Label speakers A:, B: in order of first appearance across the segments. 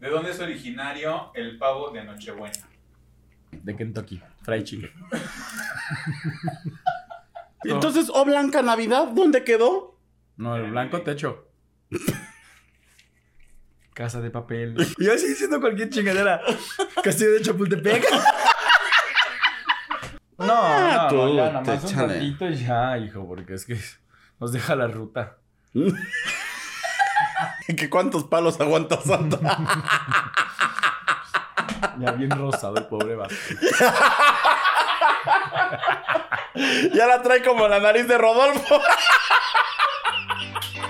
A: ¿De dónde es originario el pavo de Nochebuena?
B: De Kentucky. Fried chicken.
C: Entonces, ¿O Blanca Navidad dónde quedó?
B: No, el blanco techo. Casa de papel.
D: Y yo así diciendo cualquier chingadera. Castillo de Chapultepec.
B: No, no, no,
C: tú,
B: ya, nomás un
C: échale.
B: ratito y ya, hijo, porque es que nos deja la ruta.
C: ¿Que ¿Cuántos palos aguanta Santa?
B: Ya bien rosado el pobre Vázquez.
C: ya la trae como la nariz de Rodolfo.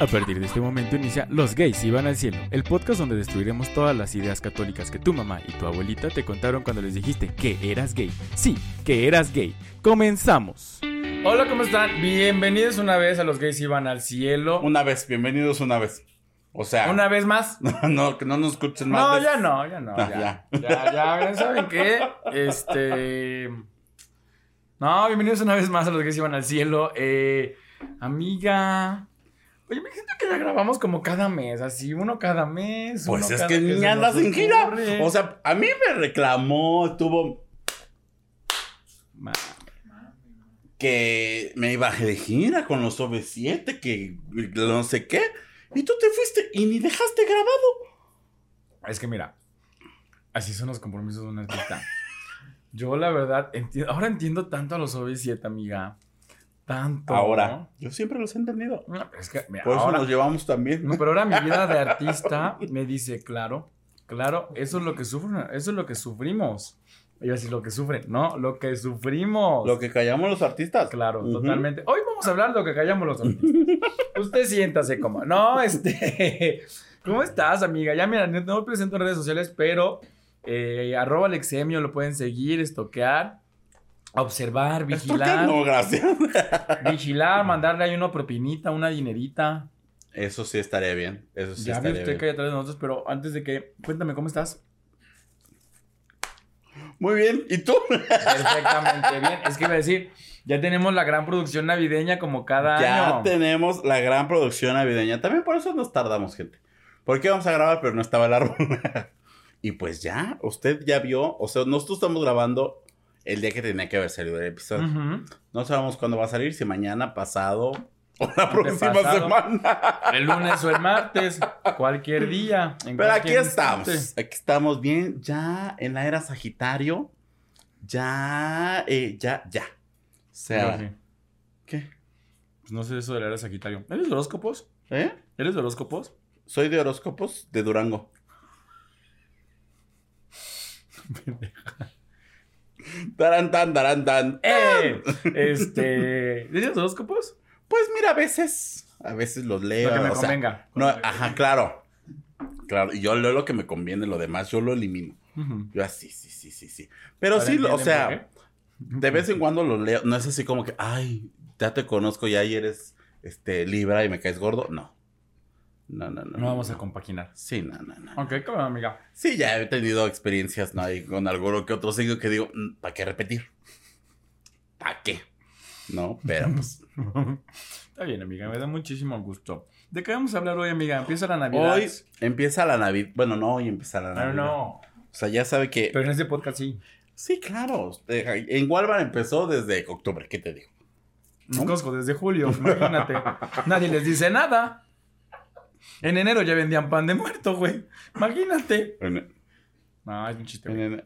E: A partir de este momento inicia Los gays iban al cielo, el podcast donde destruiremos todas las ideas católicas que tu mamá y tu abuelita te contaron cuando les dijiste que eras gay. Sí, que eras gay. Comenzamos.
B: Hola, ¿cómo están? Bienvenidos una vez a los gays iban al cielo.
C: Una vez, bienvenidos una vez. O sea,
B: Una vez más.
C: no, que no nos escuchen más.
B: No,
C: veces.
B: ya no, ya no.
C: Ah,
B: Ya, ya, ya, ¿saben qué? Este. No, bienvenidos una vez más a los que se iban al cielo. Eh, amiga. Oye, me siento que la grabamos como cada mes, así, uno cada mes.
C: Pues
B: uno
C: es
B: cada
C: que
B: se
C: niña
B: nos
C: andas en gira.
B: ocurre.
C: O sea, a mí me reclamó, estuvo
B: Ma-
C: que me iba de gira con los OV7, que no sé qué. Y tú te fuiste y ni dejaste grabado.
B: Es que mira, así son los compromisos de una artista. Yo, la verdad, entiendo, ahora entiendo tanto a los OV7, amiga. Tanto.
C: Ahora, Pues yo siempre los he entendido.
B: ¿no? Es que, mira,
C: Por eso
B: ahora,
C: nos llevamos también.
B: No, pero ahora mi vida de artista me dice, claro, claro, eso es lo que sufren, eso es lo que sufrimos. Y así lo que sufren, no, lo que sufrimos.
C: Lo que callamos los artistas.
B: Claro,
C: Ujú.
B: totalmente. Hoy vamos a hablar de lo que callamos los artistas. Usted siéntase como. No, este. ¿Cómo estás, amiga? Ya mira, no no me presento en redes sociales, pero eh, arroba Alexemio, lo pueden seguir, estoquear, observar,
C: ¿Esto qué?
B: vigilar,
C: No, gracias.
B: vigilar, mandarle ahí una propinita, una dinerita.
C: Eso sí estaría bien. Eso pues, sí
B: Ya vi
C: estaría
B: usted
C: bien.
B: que hay atrás de nosotros, pero antes de que, cuéntame cómo estás.
C: Muy bien. ¿Y tú?
B: Perfectamente bien. Es que iba a decir, ya tenemos la gran producción navideña como cada
C: ya
B: año.
C: tenemos la gran producción navideña. También por eso nos tardamos, gente. Porque íbamos a grabar, pero no estaba el árbol. y pues ya, usted ya vio. O sea, nosotros estamos grabando el día que tenía que haber salido el episodio.
B: Ujú.
C: No sabemos cuándo va a salir, si mañana, pasado o la próxima
B: Antepasado.
C: semana.
B: El lunes o el martes, cualquier día. en
C: Pero aquí
B: cualquier
C: estamos.
B: instante.
C: Aquí estamos bien, ya en la era Sagitario. Ya, eh, ya, ya. O sea,
B: Yo sí.
C: ¿qué?
B: Pues no sé eso de la era Sagitario. ¿Eres de horóscopos?
C: ¿Eh?
B: ¿Eres de horóscopos?
C: Soy de horóscopos de Durango. Tarán, tan, tarán, tan.
B: ¡Eh! Este. ¿Eres de horóscopos?
C: Pues mira, a veces, a veces los leo.
B: Lo que me
C: Eh, o sea,
B: convenga.
C: no, ajá, claro. Claro, y yo leo lo que me conviene, lo demás yo lo elimino.
B: Ujú.
C: Yo así, sí, sí, sí, sí. Pero
B: Ahora
C: sí, o
B: entienden
C: sea,
B: por
C: De vez en cuando los leo. No es así como que, ay, ya te conozco, ya ayer eres este, Libra y me caes gordo. No. No, no, no.
B: qué. No vamos a compaginar.
C: Sí, no, no, no.
B: Ok, cabrón, amiga.
C: Sí, ya he tenido experiencias, ¿no? Y con alguno que otro signo que digo, ¿para qué repetir? ¿Para qué? No, pero pues.
B: Está bien, amiga, me da muchísimo gusto. ¿De qué vamos a hablar hoy, amiga? Empieza la Navidad. Ah,
C: hoy empieza la Navidad. Bueno, no hoy empieza la
B: No,
C: Navidad.
B: no.
C: O sea, ya sabe que.
B: Pero en este podcast sí.
C: Sí, claro. eh, En Walmart empezó desde octubre, ¿qué te digo?
B: Nos conozco desde julio, imagínate. Nadie les dice nada. En enero ya vendían pan de muerto, güey. Imagínate.
C: En-
B: No, es un chiste, güey.
C: en-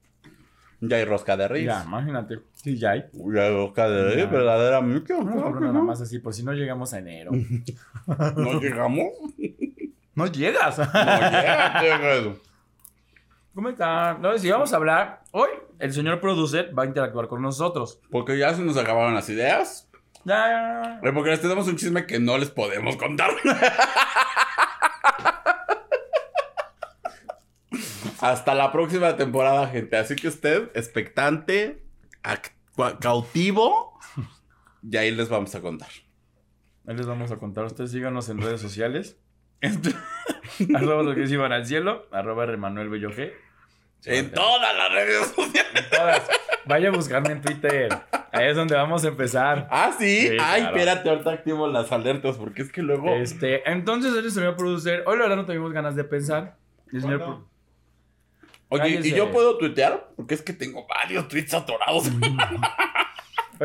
C: ya hay rosca de reyes.
B: Ya, imagínate. Sí, ya hay.
C: La boca de
B: Ya.
C: verdaderamente.
B: No,
C: claro
B: cabrón,
C: que
B: nada
C: no.
B: más así, por si no llegamos a enero.
C: No llegamos.
B: No llegas.
C: No llega, llega eso.
B: ¿Cómo están? No, si vamos a hablar, hoy el señor producer va a interactuar con nosotros.
C: Porque ya se nos acabaron las ideas.
B: Ya, ya, ya.
C: Eh, Porque les tenemos un chisme que no les podemos contar. Hasta la próxima temporada, gente. Así que usted, expectante, ac- cua- cautivo, y ahí les vamos a contar.
B: Ahí les vamos a contar. Ustedes síganos en redes sociales. Este- arroba los que se iban al cielo. Arroba Remanuel Bello G.
C: En todas las redes sociales.
B: Todas. Vaya a buscarme en Twitter. Ahí es donde vamos a empezar.
C: Ah, sí.
B: Sí,
C: Ay,
B: claro.
C: espérate, ahorita activo las alertas porque es que luego.
B: Este, entonces él se me va a producir. Hoy la verdad no tuvimos ganas de pensar. El señor
A: ¿Cuándo?
C: Oye,
B: Cállese.
C: ¿y yo puedo tuitear? Porque es que tengo varios tweets atorados.
B: Pro-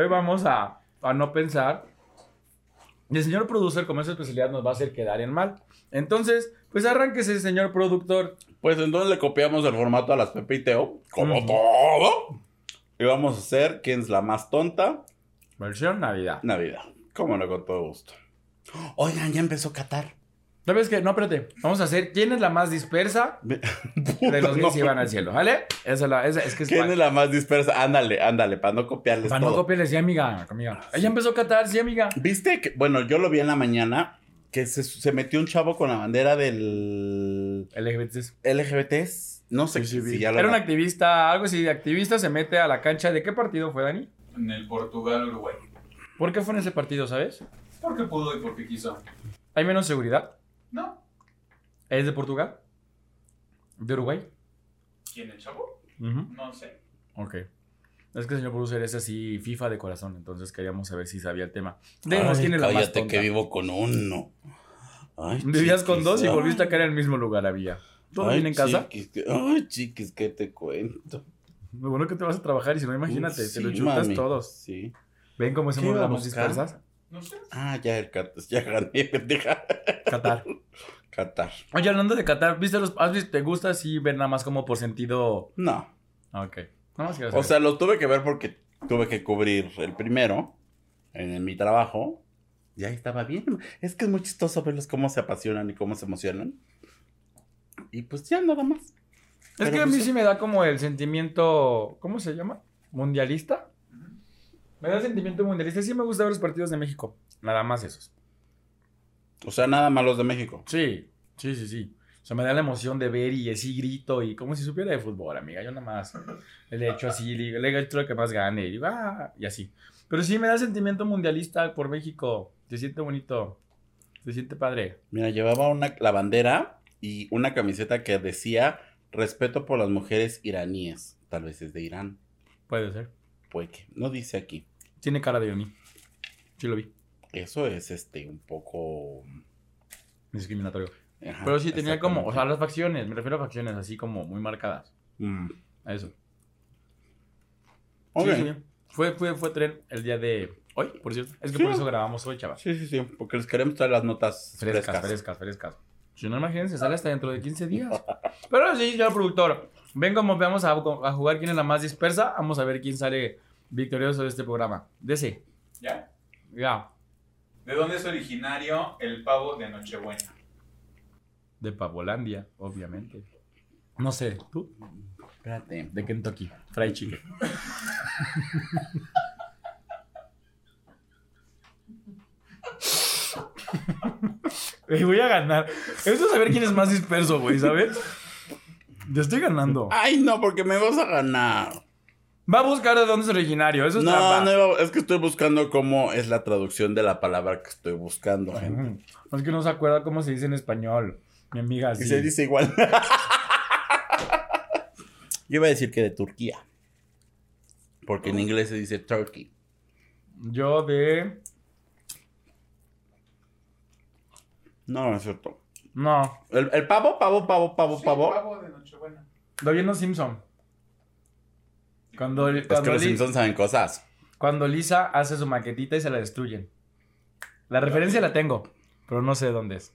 B: Hoy vamos a, a no pensar. Y el señor producer, como es su especialidad, nos va a hacer quedar en mal. Entonces, pues arránquese, señor productor.
C: Pues entonces le copiamos el formato a las Pepe y Teo, como
B: Ujú.
C: todo. Y vamos a hacer quién es la más tonta,
B: Versión Navidad.
C: Navidad. Cómo no, con todo gusto. Oigan, ya empezó Qatar.
B: ¿Sabes qué? No, espérate. Vamos a hacer quién es la más dispersa de los que
C: no.
B: se van al cielo, ¿vale? Esa es, la, esa- es que es
C: ¿Quién es la más dispersa? Ándale, ándale, para no copiarles
B: Para no
C: todo.
B: copiarle, sí, amiga. amiga. Ella empezó a catar, sí, amiga.
C: ¿Viste? Que, bueno, yo lo vi en la mañana que se, se metió un chavo con la bandera del
B: LGBTs.
C: LGBTs. No sé si ya lo
B: Era un activista, algo así de activista, se mete a la cancha. ¿De qué partido fue, Dani?
A: En el Portugal-Uruguay.
B: ¿Por qué fue en ese partido, sabes?
A: Porque pudo y porque quiso.
B: ¿Hay menos seguridad?
A: No.
B: ¿Es de Portugal? ¿De Uruguay?
A: ¿Quién el chavo?
B: Ujú.
A: No sé.
B: Ok. Es que el señor producer es así FIFA de corazón, entonces queríamos saber si sabía el tema.
C: Ay,
B: Demos quién es la más
C: cállate
B: tonta.
C: que vivo con uno. Ay,
B: Vivías con
C: chiquis,
B: dos y
C: ay.
B: volviste a caer en el mismo lugar, había. ¿Todo bien en casa?
C: chiquis, que- ay, chiquis, ¿qué te cuento?
B: Lo bueno que te vas a trabajar y si no, imagínate,
C: Sí,
B: te lo chutas
C: mami,
B: todos.
C: Sí.
B: ¿Ven cómo se
C: ¿Qué
B: mueven
C: iba a
B: las más
C: buscar?
B: dispersas?
A: No sé.
C: Ah, ya el Qatar, ya gané, pendeja.
B: Qatar.
C: Qatar.
B: Oye, hablando de Qatar, ¿viste los, has visto- ¿te gusta así ver nada más como por sentido?
C: No.
B: Ah, Ok. Nada más quiero
C: O
B: saber.
C: sea, lo tuve que ver porque tuve que cubrir el primero en, en mi trabajo. Y ahí estaba bien. Es que es muy chistoso verlos cómo se apasionan y cómo se emocionan. Y pues ya nada más.
B: es que
C: pero
B: a mí
C: pues-
B: sí me da como el sentimiento, ¿cómo se llama? ¿Mundialista? Me da el sentimiento mundialista. Sí me gusta ver los partidos de México. Nada más esos.
C: O sea, nada malos de México.
B: Sí, sí, sí, sí. O sea, me da la emoción de ver y así grito y como si supiera de fútbol, amiga. Yo nada más le echo así, le le echo lo que más gane y digo, ah, y así. Pero sí me da el sentimiento mundialista por México. Se siente bonito. Se siente padre.
C: Mira, llevaba una, la bandera y una camiseta que decía respeto por las mujeres iraníes. Tal vez es de Irán.
B: Puede ser.
C: Pues que no dice aquí.
B: Tiene cara de Oni. Sí lo vi.
C: Eso es este un poco.
B: Discriminatorio.
C: ajá,
B: Pero sí tenía como, o sea,
C: Ah, exactamente.
B: las facciones, me refiero a facciones así como muy marcadas.
C: Mm.
B: A eso. Sí,
C: Ok.
B: sí, Fue, fue, fue tren el día de hoy, por cierto. Es que por eso grabamos hoy, chaval.
C: Sí, sí, sí, porque les queremos traer las notas
B: Frescas,
C: frescas.
B: frescas, frescas, Si no, imagínense, sale hasta dentro de 15 días. Pero sí, señor productor, ven como vamos a, a jugar quién es la más dispersa. Vamos a ver quién sale victorioso de este programa. Dese,
A: ¿Ya?
B: ya,
A: ¿De dónde es originario el pavo de Nochebuena?
B: de Pavolandia, obviamente. No sé, ¿tú?
C: Espérate.
B: De Kentucky, Fry Chicken. Güey, voy a ganar. Eso es saber quién es más disperso, güey, ¿sabes? Yo estoy ganando.
C: Ay, no, porque me vas a ganar.
B: Va a buscar de dónde es originario. Eso
C: No,
B: es trampa.
C: no, iba- es que estoy buscando cómo es la traducción de la palabra que estoy buscando, gente.
B: Ujú. Mm. Es que no se acuerda cómo se dice en español. Mi amiga,
C: Y
B: sí.
C: se dice igual. Yo iba a decir que de Turquía. Porque
B: Oh.
C: en inglés se dice Turkey.
B: Yo de.
C: No, no es cierto.
B: No.
C: El, el pavo, pavo, pavo, pavo,
A: Sí,
C: pavo.
A: pavo de Nochebuena.
B: Lo vi en Los Simpson. Cuando,
C: Es que
B: cuando,
C: los
B: Li-
C: Simpsons saben cosas.
B: cuando Lisa hace su maquetita y se la destruyen. La referencia la tengo, pero no sé dónde es.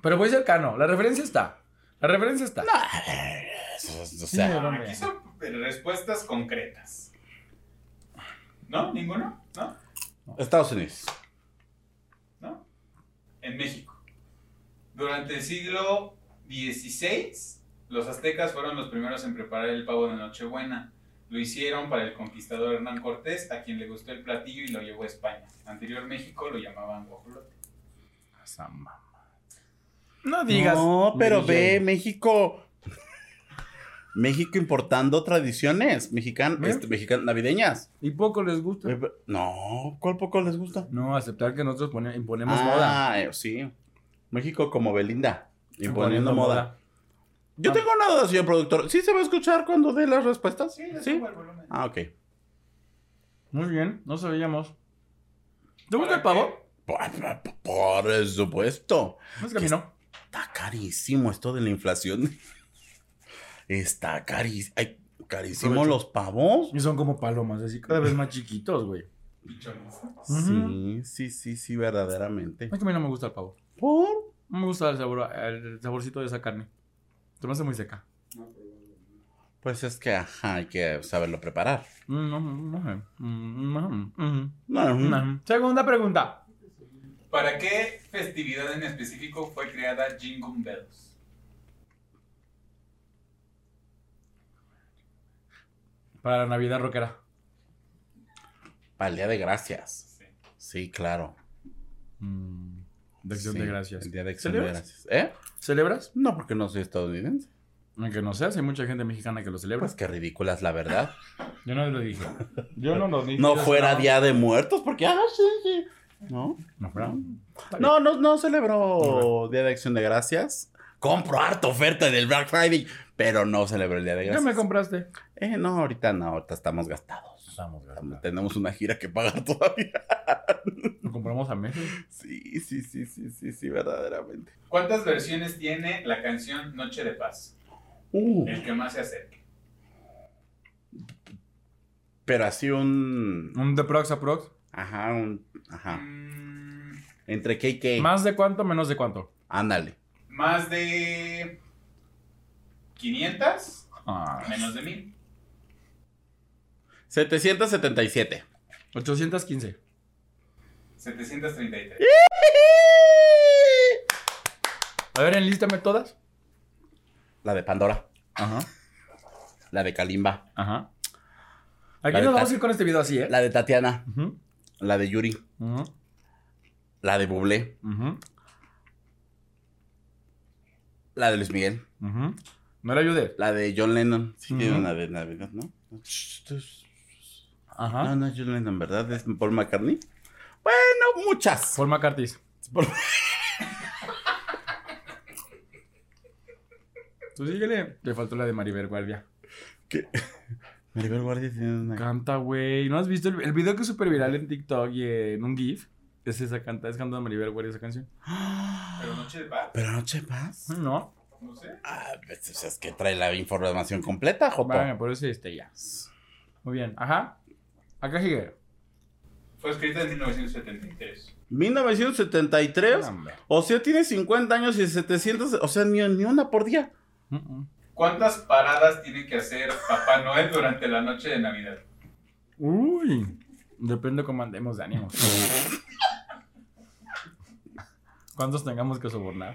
B: Pero voy cercano. La referencia está. La referencia está.
C: O
B: Sí,
C: sea,
B: no, hombre.
A: Aquí son respuestas concretas. ¿No? ¿Ninguno? ¿No?
C: Estados Unidos.
A: ¿No? En México. Durante el siglo XVI, los aztecas fueron los primeros en preparar el pavo de Nochebuena. Lo hicieron para el conquistador Hernán Cortés, a quien le gustó el platillo y lo llevó a España. Anterior México lo llamaban guajolote.
B: Esa mamá. No digas.
C: No, pero
B: Mary
C: ve,
B: Jane.
C: México. México importando tradiciones mexican,
B: ¿Eh?
C: este, mexican- navideñas.
B: Y poco les gusta.
C: No, ¿cuál poco les gusta?
B: No, aceptar que nosotros pone- imponemos moda.
C: Ah, eh, sí. México como Belinda, imponiendo
B: Imponiendo
C: moda. Yo
B: Ah.
C: tengo una duda, señor productor. ¿Sí se va a escuchar cuando dé las respuestas?
A: Sí, le
C: sí.
A: subo el volumen.
C: Ah, ok.
B: Muy bien, no sabíamos. ¿Te gusta
A: ¿Para
B: el pavo?
C: Por, por- por supuesto.
B: No es que a mí no.
C: Está carísimo esto de la inflación. Está carísimo. carísimo los pavos.
B: Y son como palomas, así cada vez más chiquitos, güey.
A: Pichones.
C: Sí, sí, sí, sí, verdaderamente.
B: Es que a mí no me gusta el pavo.
C: ¿Por?
B: No me gusta el, sabor, el saborcito de esa carne. Se me hace muy seca.
C: Pues es que, ajá, hay que saberlo preparar.
B: Mm, no, no sé. Mm, no, mm,
C: No, no.
B: no. Segunda pregunta.
A: ¿Para qué festividad en específico fue creada Jingle Bells?
B: Para la Navidad rockera.
C: Para el Día de Gracias.
A: Sí.
C: Sí, claro.
B: Mm, de acción
C: Sí,
B: de gracias.
C: El Día de Acción de
B: ¿Celebras?
C: Gracias. ¿Eh?
B: ¿Celebras?
C: No, porque no soy estadounidense.
B: Aunque no seas, hay mucha gente mexicana que lo celebra.
C: Pues qué ridículas, la verdad.
B: Yo no lo dije. Yo no lo dije.
C: No fuera Día de Muertos, porque, ah, sí, sí. No.
B: No fuera.
C: No, no, no celebró Día de Acción de Gracias. Compro harta oferta en el Black Friday, pero no celebró el Día de
B: Ya
C: Gracias.
B: me compraste.
C: Eh, no, ahorita no, ahorita estamos gastados.
B: Estamos
C: Estamos- Tenemos una gira que pagar todavía.
B: Lo compramos a meses.
C: Sí, sí, sí, sí, sí, sí, verdaderamente.
A: ¿Cuántas versiones tiene la canción Noche de Paz?
C: Uh,
A: El que más se acerque.
C: pero así un...
B: Un de prox a prox.
C: Ajá, un... Ajá.
A: Mm,
C: Entre KK.
B: Más de cuánto, menos de cuánto.
C: Ándale.
A: más de 500,
B: Ah,
A: menos de 1000.
C: 777.
B: 815.
A: 733.
B: ¡Eh! A ver, enlístame todas.
C: La de Pandora.
B: Ajá.
C: La de Kalimba.
B: Ajá.
C: La
B: Aquí
C: de
B: nos vamos
C: Tati.
B: a ir con este video así, ¿eh?
C: La de Tatiana.
B: Ujú,
C: La de Yuri.
B: ujú,
C: La de Bublé.
B: ujú,
C: La de Luis Miguel.
B: ujú. No le ayude.
C: La de John Lennon. Sí, tiene
B: Ujú.
C: una de Navidad, ¿no? No,
B: Ajá.
C: no es John Lennon, ¿verdad? Es Paul McCartney. Bueno, muchas.
B: Paul McCartney. Tú "Pues síguele. Te faltó la de Maribel Guardia.
C: Maribel Guardia tiene una.
B: Canta, güey. ¿No has visto el, el video que es súper viral en TikTok y en un GIF? Es esa canta, es cantando Maribel Guardia esa canción.
A: Pero Noche de Paz,
C: Pero noche paz.
B: No.
A: no sé.
C: Ah, pues, o sea, es que trae la información completa, Joto.
B: Vale, por eso este ya. Muy bien. Ajá. Acá sigue.
A: Fue escrita en 1973.
C: 1973.
B: Hombre.
C: O sea, tiene 50 años y 700. O sea, ni, ni una por día.
B: Mm,
A: ¿Cuántas paradas tiene que hacer Papá Noel durante la noche de Navidad?
B: mm. Uy. Depende cómo andemos de ánimo. ¿Cuántos tengamos que sobornar?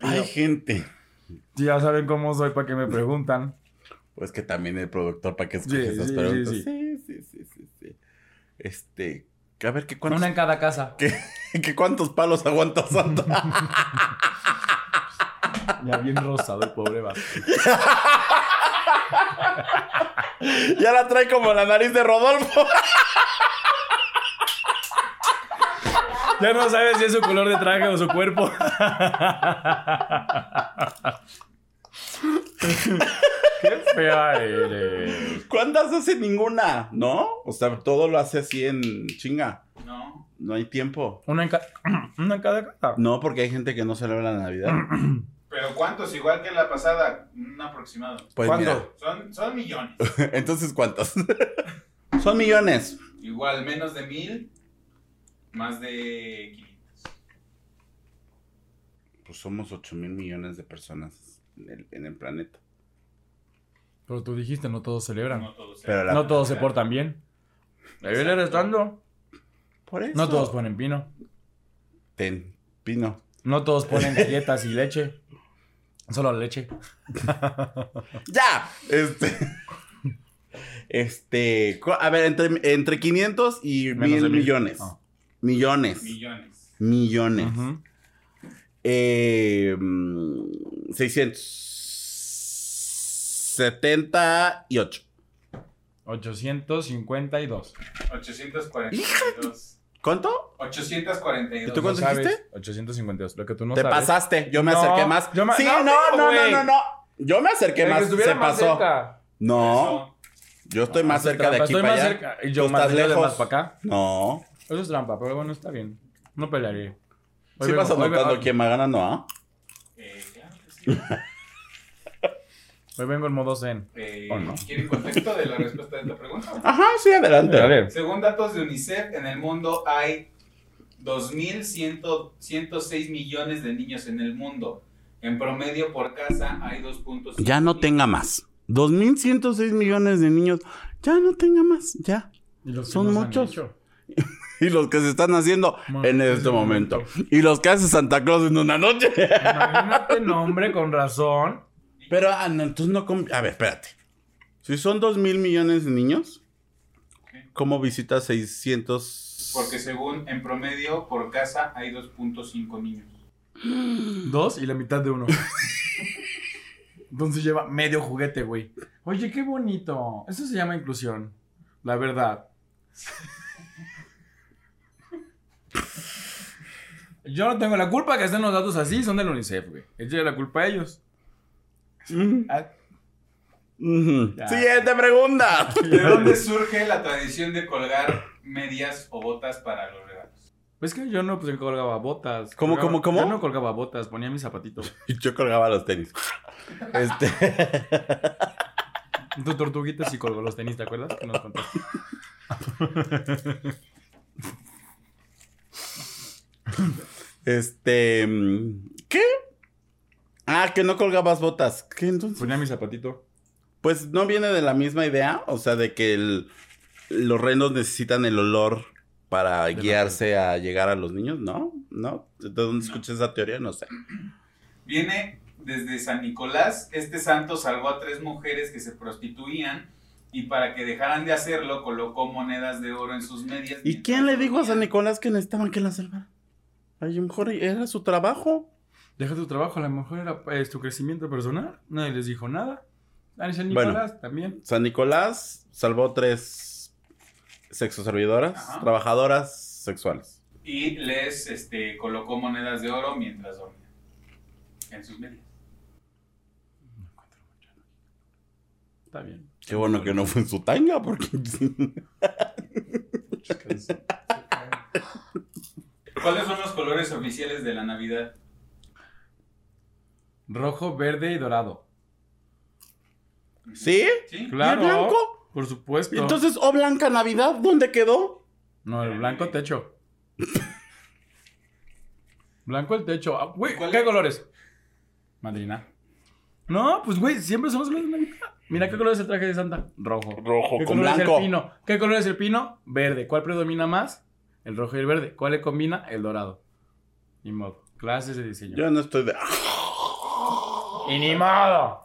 C: Ay, gente.
B: Sí, ya saben cómo soy para que me preguntan.
C: Pues que también el productor para que escuche
B: Sí,
C: esas
B: sí,
C: preguntas. Sí
B: sí,
C: sí. sí, sí, sí. Este, a ver, ¿qué
B: Una
C: cuántos,
B: en cada casa.
C: ¿qué cuántos palos aguanta Santa?
B: Ya bien rosado el pobre vato.
C: ya la trae como la nariz de Rodolfo.
B: Ya no sabes si es su color de traje o su cuerpo. Qué fea eres.
C: ¿Cuántas hace ninguna? ¿No? O sea, todo lo hace así en chinga.
A: No.
C: No hay tiempo.
B: Una en, ca- una en cada casa.
C: No, porque hay gente que no celebra la Navidad.
A: ¿Pero cuántos? Igual que la pasada, un aproximado.
C: Pues
B: ¿Cuándo?
A: Son, son millones.
C: mira, entonces, ¿cuántas? Son millones.
A: Igual, menos de mil, más de 500.
C: Pues somos 8 mil millones de personas en el, en el planeta.
B: Pero tú dijiste, no todos celebran.
A: No todos, se-
C: Pero la-
B: No todos se portan bien. Ahí viene restando.
C: Por eso.
B: No todos ponen pino.
C: Ten, pino.
B: No todos ponen galletas y leche. Solo leche.
C: ¡Ya! Este. Este. cu- A ver, entre, entre 500 y
B: Menos
C: mil
B: de mil.
C: millones.
B: Ah.
C: Millones.
A: Millones.
C: Millones.
B: Ujú.
C: Eh, mm, 678.
B: 852.
A: 842.
C: ¿Cuánto?
A: 842.
C: ¿Y tú cuánto
B: No sabes.
C: dijiste?
B: 852. Lo que tú no
C: Te
B: sabes.
C: pasaste. Yo me
B: No,
C: acerqué más.
B: yo me-
C: Sí, no,
B: no,
C: no, no,
B: güey.
C: no, no. Yo me acerqué
B: El que
C: más.
B: estuviera
C: Se
B: más
C: pasó.
B: cerca.
C: No.
A: Eso.
C: Yo estoy más
B: Eso es
C: cerca de
B: trampa.
C: aquí
B: Estoy
C: para
B: más
C: allá.
B: cerca. Y yo
C: Tú
B: más
C: estás
B: lejos.
C: lejos.
B: más para acá.
C: No.
B: Eso es trampa, pero bueno, está bien. No pelearé. Hoy
C: Sí
B: vengo-
C: vas
B: hoy vengo-
C: anotando quién va ganando, ¿ah?
A: Eh, claro que sí.
B: Hoy vengo en modo zen.
A: Eh,
B: ¿O no?
A: ¿Quieren contexto de la respuesta de esta pregunta?
C: Ajá, sí, adelante.
B: A ver.
A: Según datos de UNICEF, en el mundo hay 2.106 millones de niños en el mundo. En promedio por casa hay 2.5.
C: Ya no tenga más. 2.106 millones de niños. Ya no tenga más, ya.
B: Y los que
C: Son
B: nos han
C: muchos.
B: hecho.
C: Y los que se están haciendo
B: Más
C: en
B: en
C: este
B: un momento.
C: momento. Y los que hace Santa Claus en una noche.
B: Imagínate nombre con razón.
C: Pero, ah, no, entonces no... com- A ver, espérate. Si son 2.000 millones de niños, ¿cómo visitas 600?
A: Porque según en promedio por casa hay 2.5 niños.
B: Dos y la mitad de uno. Entonces lleva medio juguete, güey. Oye, qué bonito. Eso se llama inclusión. La verdad. Yo no tengo la culpa que estén los datos así, son del UNICEF, güey. Échale la culpa a ellos.
C: Mm.
B: Ah,
C: Ujú.
B: Ya.
C: Siguiente pregunta.
A: ¿De dónde surge la tradición de colgar medias o botas para los regalos?
B: Pues que yo no pues, colgaba botas.
C: ¿Cómo,
B: Colgaba-
C: cómo, cómo?
B: Yo no colgaba botas, ponía mis zapatitos.
C: Y yo colgaba los tenis. Este...
B: Tu tortuguita sí colgó los tenis, ¿te acuerdas? Que nos contaste.
C: Este. mm, ¿Qué? Ah, que no colgabas botas. ¿Qué entonces?
B: Ponía mi zapatito.
C: Pues no viene de la misma idea. O sea, de que el- los renos necesitan el olor para
B: la
C: guiarse a llegar a los niños, ¿no? ¿No? ¿De dónde escuché esa teoría? No sé.
A: Viene desde San Nicolás. Este santo salvó a tres mujeres que se prostituían y para que dejaran de hacerlo colocó monedas de oro en sus medias.
C: ¿Y quién le dijo a San Nicolás que necesitaban que la salvara? A lo mejor era su trabajo.
B: Deja tu trabajo, a lo mejor era pues, tu crecimiento personal. Nadie les dijo nada. Dani San Nicolás también.
C: San Nicolás salvó tres sexoservidoras,
A: Ajá.
C: trabajadoras sexuales.
A: Y les este, colocó monedas de oro mientras dormían en sus medias.
B: Está bien.
C: Qué bueno que no fue en su tanga, porque
A: ¿Cuáles son los colores oficiales de la Navidad?
B: Rojo, verde y dorado.
C: ¿Sí?
A: ¿Sí?
B: Claro.
C: ¿Y el blanco?
B: Por supuesto.
C: Entonces, O Blanca Navidad, ¿dónde quedó?
B: No, el blanco techo. blanco el techo. Ah, güey,
A: ¿Cuál?
B: ¿qué colores? Madrina. No, pues güey, siempre somos colores de Navidad. Mira, ¿qué color es el traje de Santa? Rojo.
C: Rojo
B: ¿Qué
C: con
B: color es
C: blanco.
B: el pino? ¿Qué color es el pino? Verde. ¿Cuál predomina más? El rojo y el verde. ¿Cuál le combina? El dorado. Ni modo. Clases de diseño.
C: Yo no estoy de. ah,
B: Y ni modo.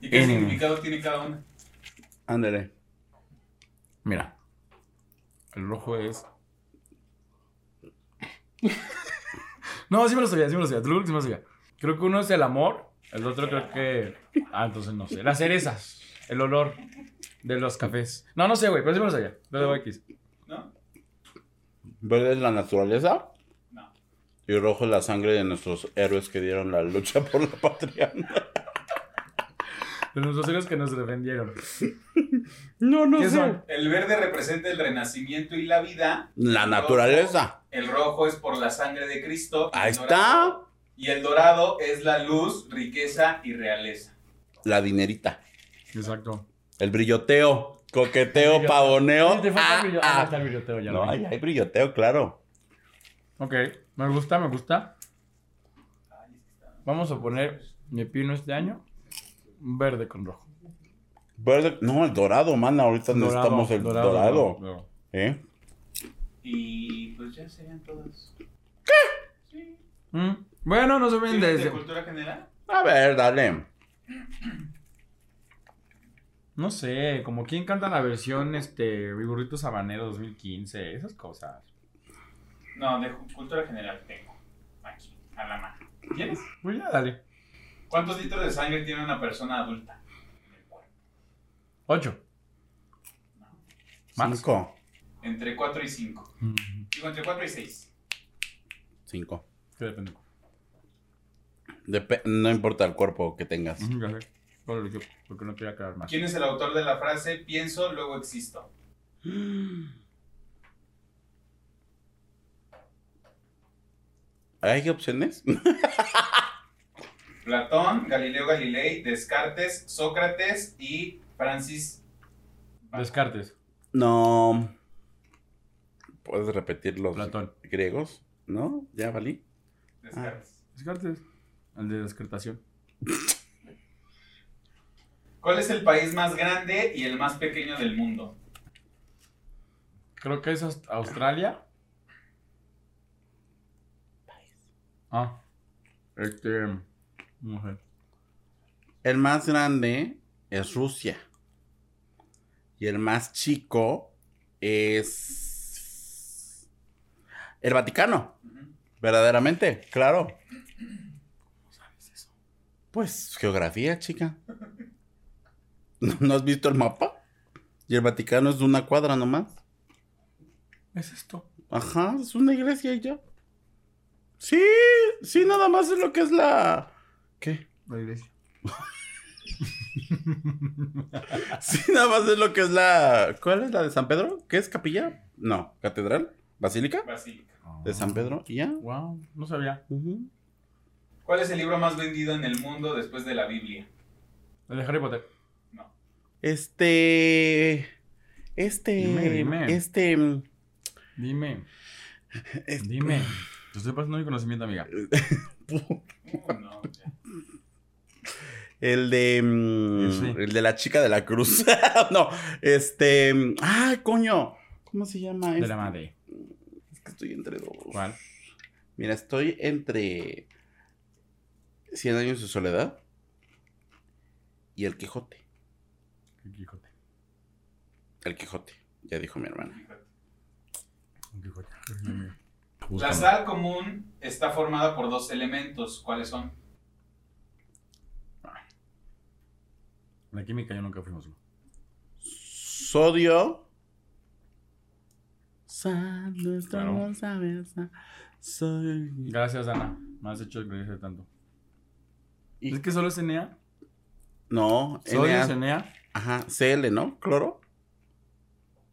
A: ¿Y qué
B: Mm.
A: significado tiene cada una?
C: Ándale.
B: Mira. El rojo es. no, sí me lo sabía, sí me lo sabía. Te lo juro que sí me lo sabía. Creo que uno es el amor, el otro creo que. Ah, entonces no sé. Las cerezas. El olor de los cafés. No, no sé, güey, pero sí me lo sabía. Lo debo X.
A: ¿No?
C: Verde es la naturaleza.
A: No.
C: Y rojo es la sangre de nuestros héroes que dieron la lucha por la patria.
B: De nuestros héroes que nos defendieron.
C: No, no
B: ¿Qué son?
A: El verde representa el renacimiento y la vida.
C: La naturaleza.
A: El rojo es por la sangre de Cristo.
C: Ahí
A: El dorado-
C: está.
A: Y el dorado es la luz, riqueza y realeza.
C: La dinerita.
B: Exacto.
C: El brilloteo. Coqueteo,
B: brilloteo.
C: pavoneo.
B: Sí, te falta el brillo-
C: Ah,
B: ah,
C: ah.
B: está el brilloteo ya.
C: No,
B: lo vi.
C: hay, hay brilloteo, claro.
B: Ok, me gusta, me gusta. Vamos a poner mi pino este año verde con rojo.
C: Verde. No, el dorado, man. Ahorita necesitamos el dorado.
B: dorado.
C: ¿Eh?
A: Y pues ya serían todos. ¿Qué? Sí.
B: Mm, Bueno, no se olviden de
A: ¿Tienes de
B: ese-
A: cultura general?
C: A ver, dale.
B: No sé, como quién canta la versión este Mi burrito sabanero 2015, esas cosas.
A: No, de ju- cultura general tengo. Aquí, a la mano. ¿Quieres?
B: Pues ya dale.
A: ¿Cuántos litros de sangre tiene una persona adulta?
B: Ocho. Más.
C: Cinco.
A: Entre 4 y 5.
B: Mm,
A: Digo, entre 4 y 6.
C: Cinco.
B: Qué depende.
C: Depe- no importa el cuerpo que tengas.
B: Ujú, ya sé. Solo yo, porque no te voy a aclarar más.
A: ¿Quién es el autor de la frase pienso, luego existo?
C: ¿Hay opciones?
A: Platón, Galileo Galilei, Descartes, Sócrates y Francis.
B: Descartes,
C: No. ¿Puedes repetir los
B: Platón.
C: griegos? ¿No? ¿Ya valí?
A: Ah, Descartes.
B: Descartes. El de descartación.
A: ¿Cuál es el país más grande y el más pequeño del mundo?
B: Creo que es Aust- Australia. Ah. Este. No sé.
C: El más grande es Rusia. Y el más chico es... El Vaticano.
A: Ujú.
C: Verdaderamente, claro. Pues geografía, chica. ¿No has visto el mapa? Y el Vaticano es de una cuadra nomás.
B: Es esto.
C: Ajá, es una iglesia y ya. Sí, sí, nada más es lo que es la... ¿Qué?
B: La iglesia.
C: Sí, nada más es lo que es la... ¿Cuál es la de San Pedro? ¿Qué es capilla? No, catedral, basílica
A: Basílica.
C: de San Pedro y ya.
B: Wow, Ah. no sabía.
C: Ujú.
A: ¿Cuál es el libro más vendido en el mundo después de la Biblia?
B: El de Harry Potter.
C: Este... Este...
B: Dime, dime.
C: Este...
B: Dime.
C: Es-
B: Dime. Te estoy pasando mi conocimiento, amiga.
A: Uh, no, ya.
C: El de. mm,
B: Sí.
C: El de la chica de la cruz. no, este. mm, Ah, coño. ¿Cómo se llama
B: De
C: este?
B: la madre.
C: Es que estoy entre dos.
B: ¿Cuál?
C: Mira, estoy entre. 100 años de soledad. Y el Quijote.
B: El Quijote.
C: El Quijote, ya dijo mi hermana.
B: El Quijote.
A: La sal común está formada por dos elementos. ¿Cuáles son?
B: La química yo nunca fuimos uno.
C: Sodio. Sal, nuestro
B: Claro.
C: amor sabe, sal, soy-
B: Gracias, Ana. Me has hecho agradecer tanto.
C: Y-
B: ¿Es que solo es Enea?
C: No,
B: ¿Solo
C: NA.
B: es Enea?
C: Ajá, CL, ¿no? ¿Cloro?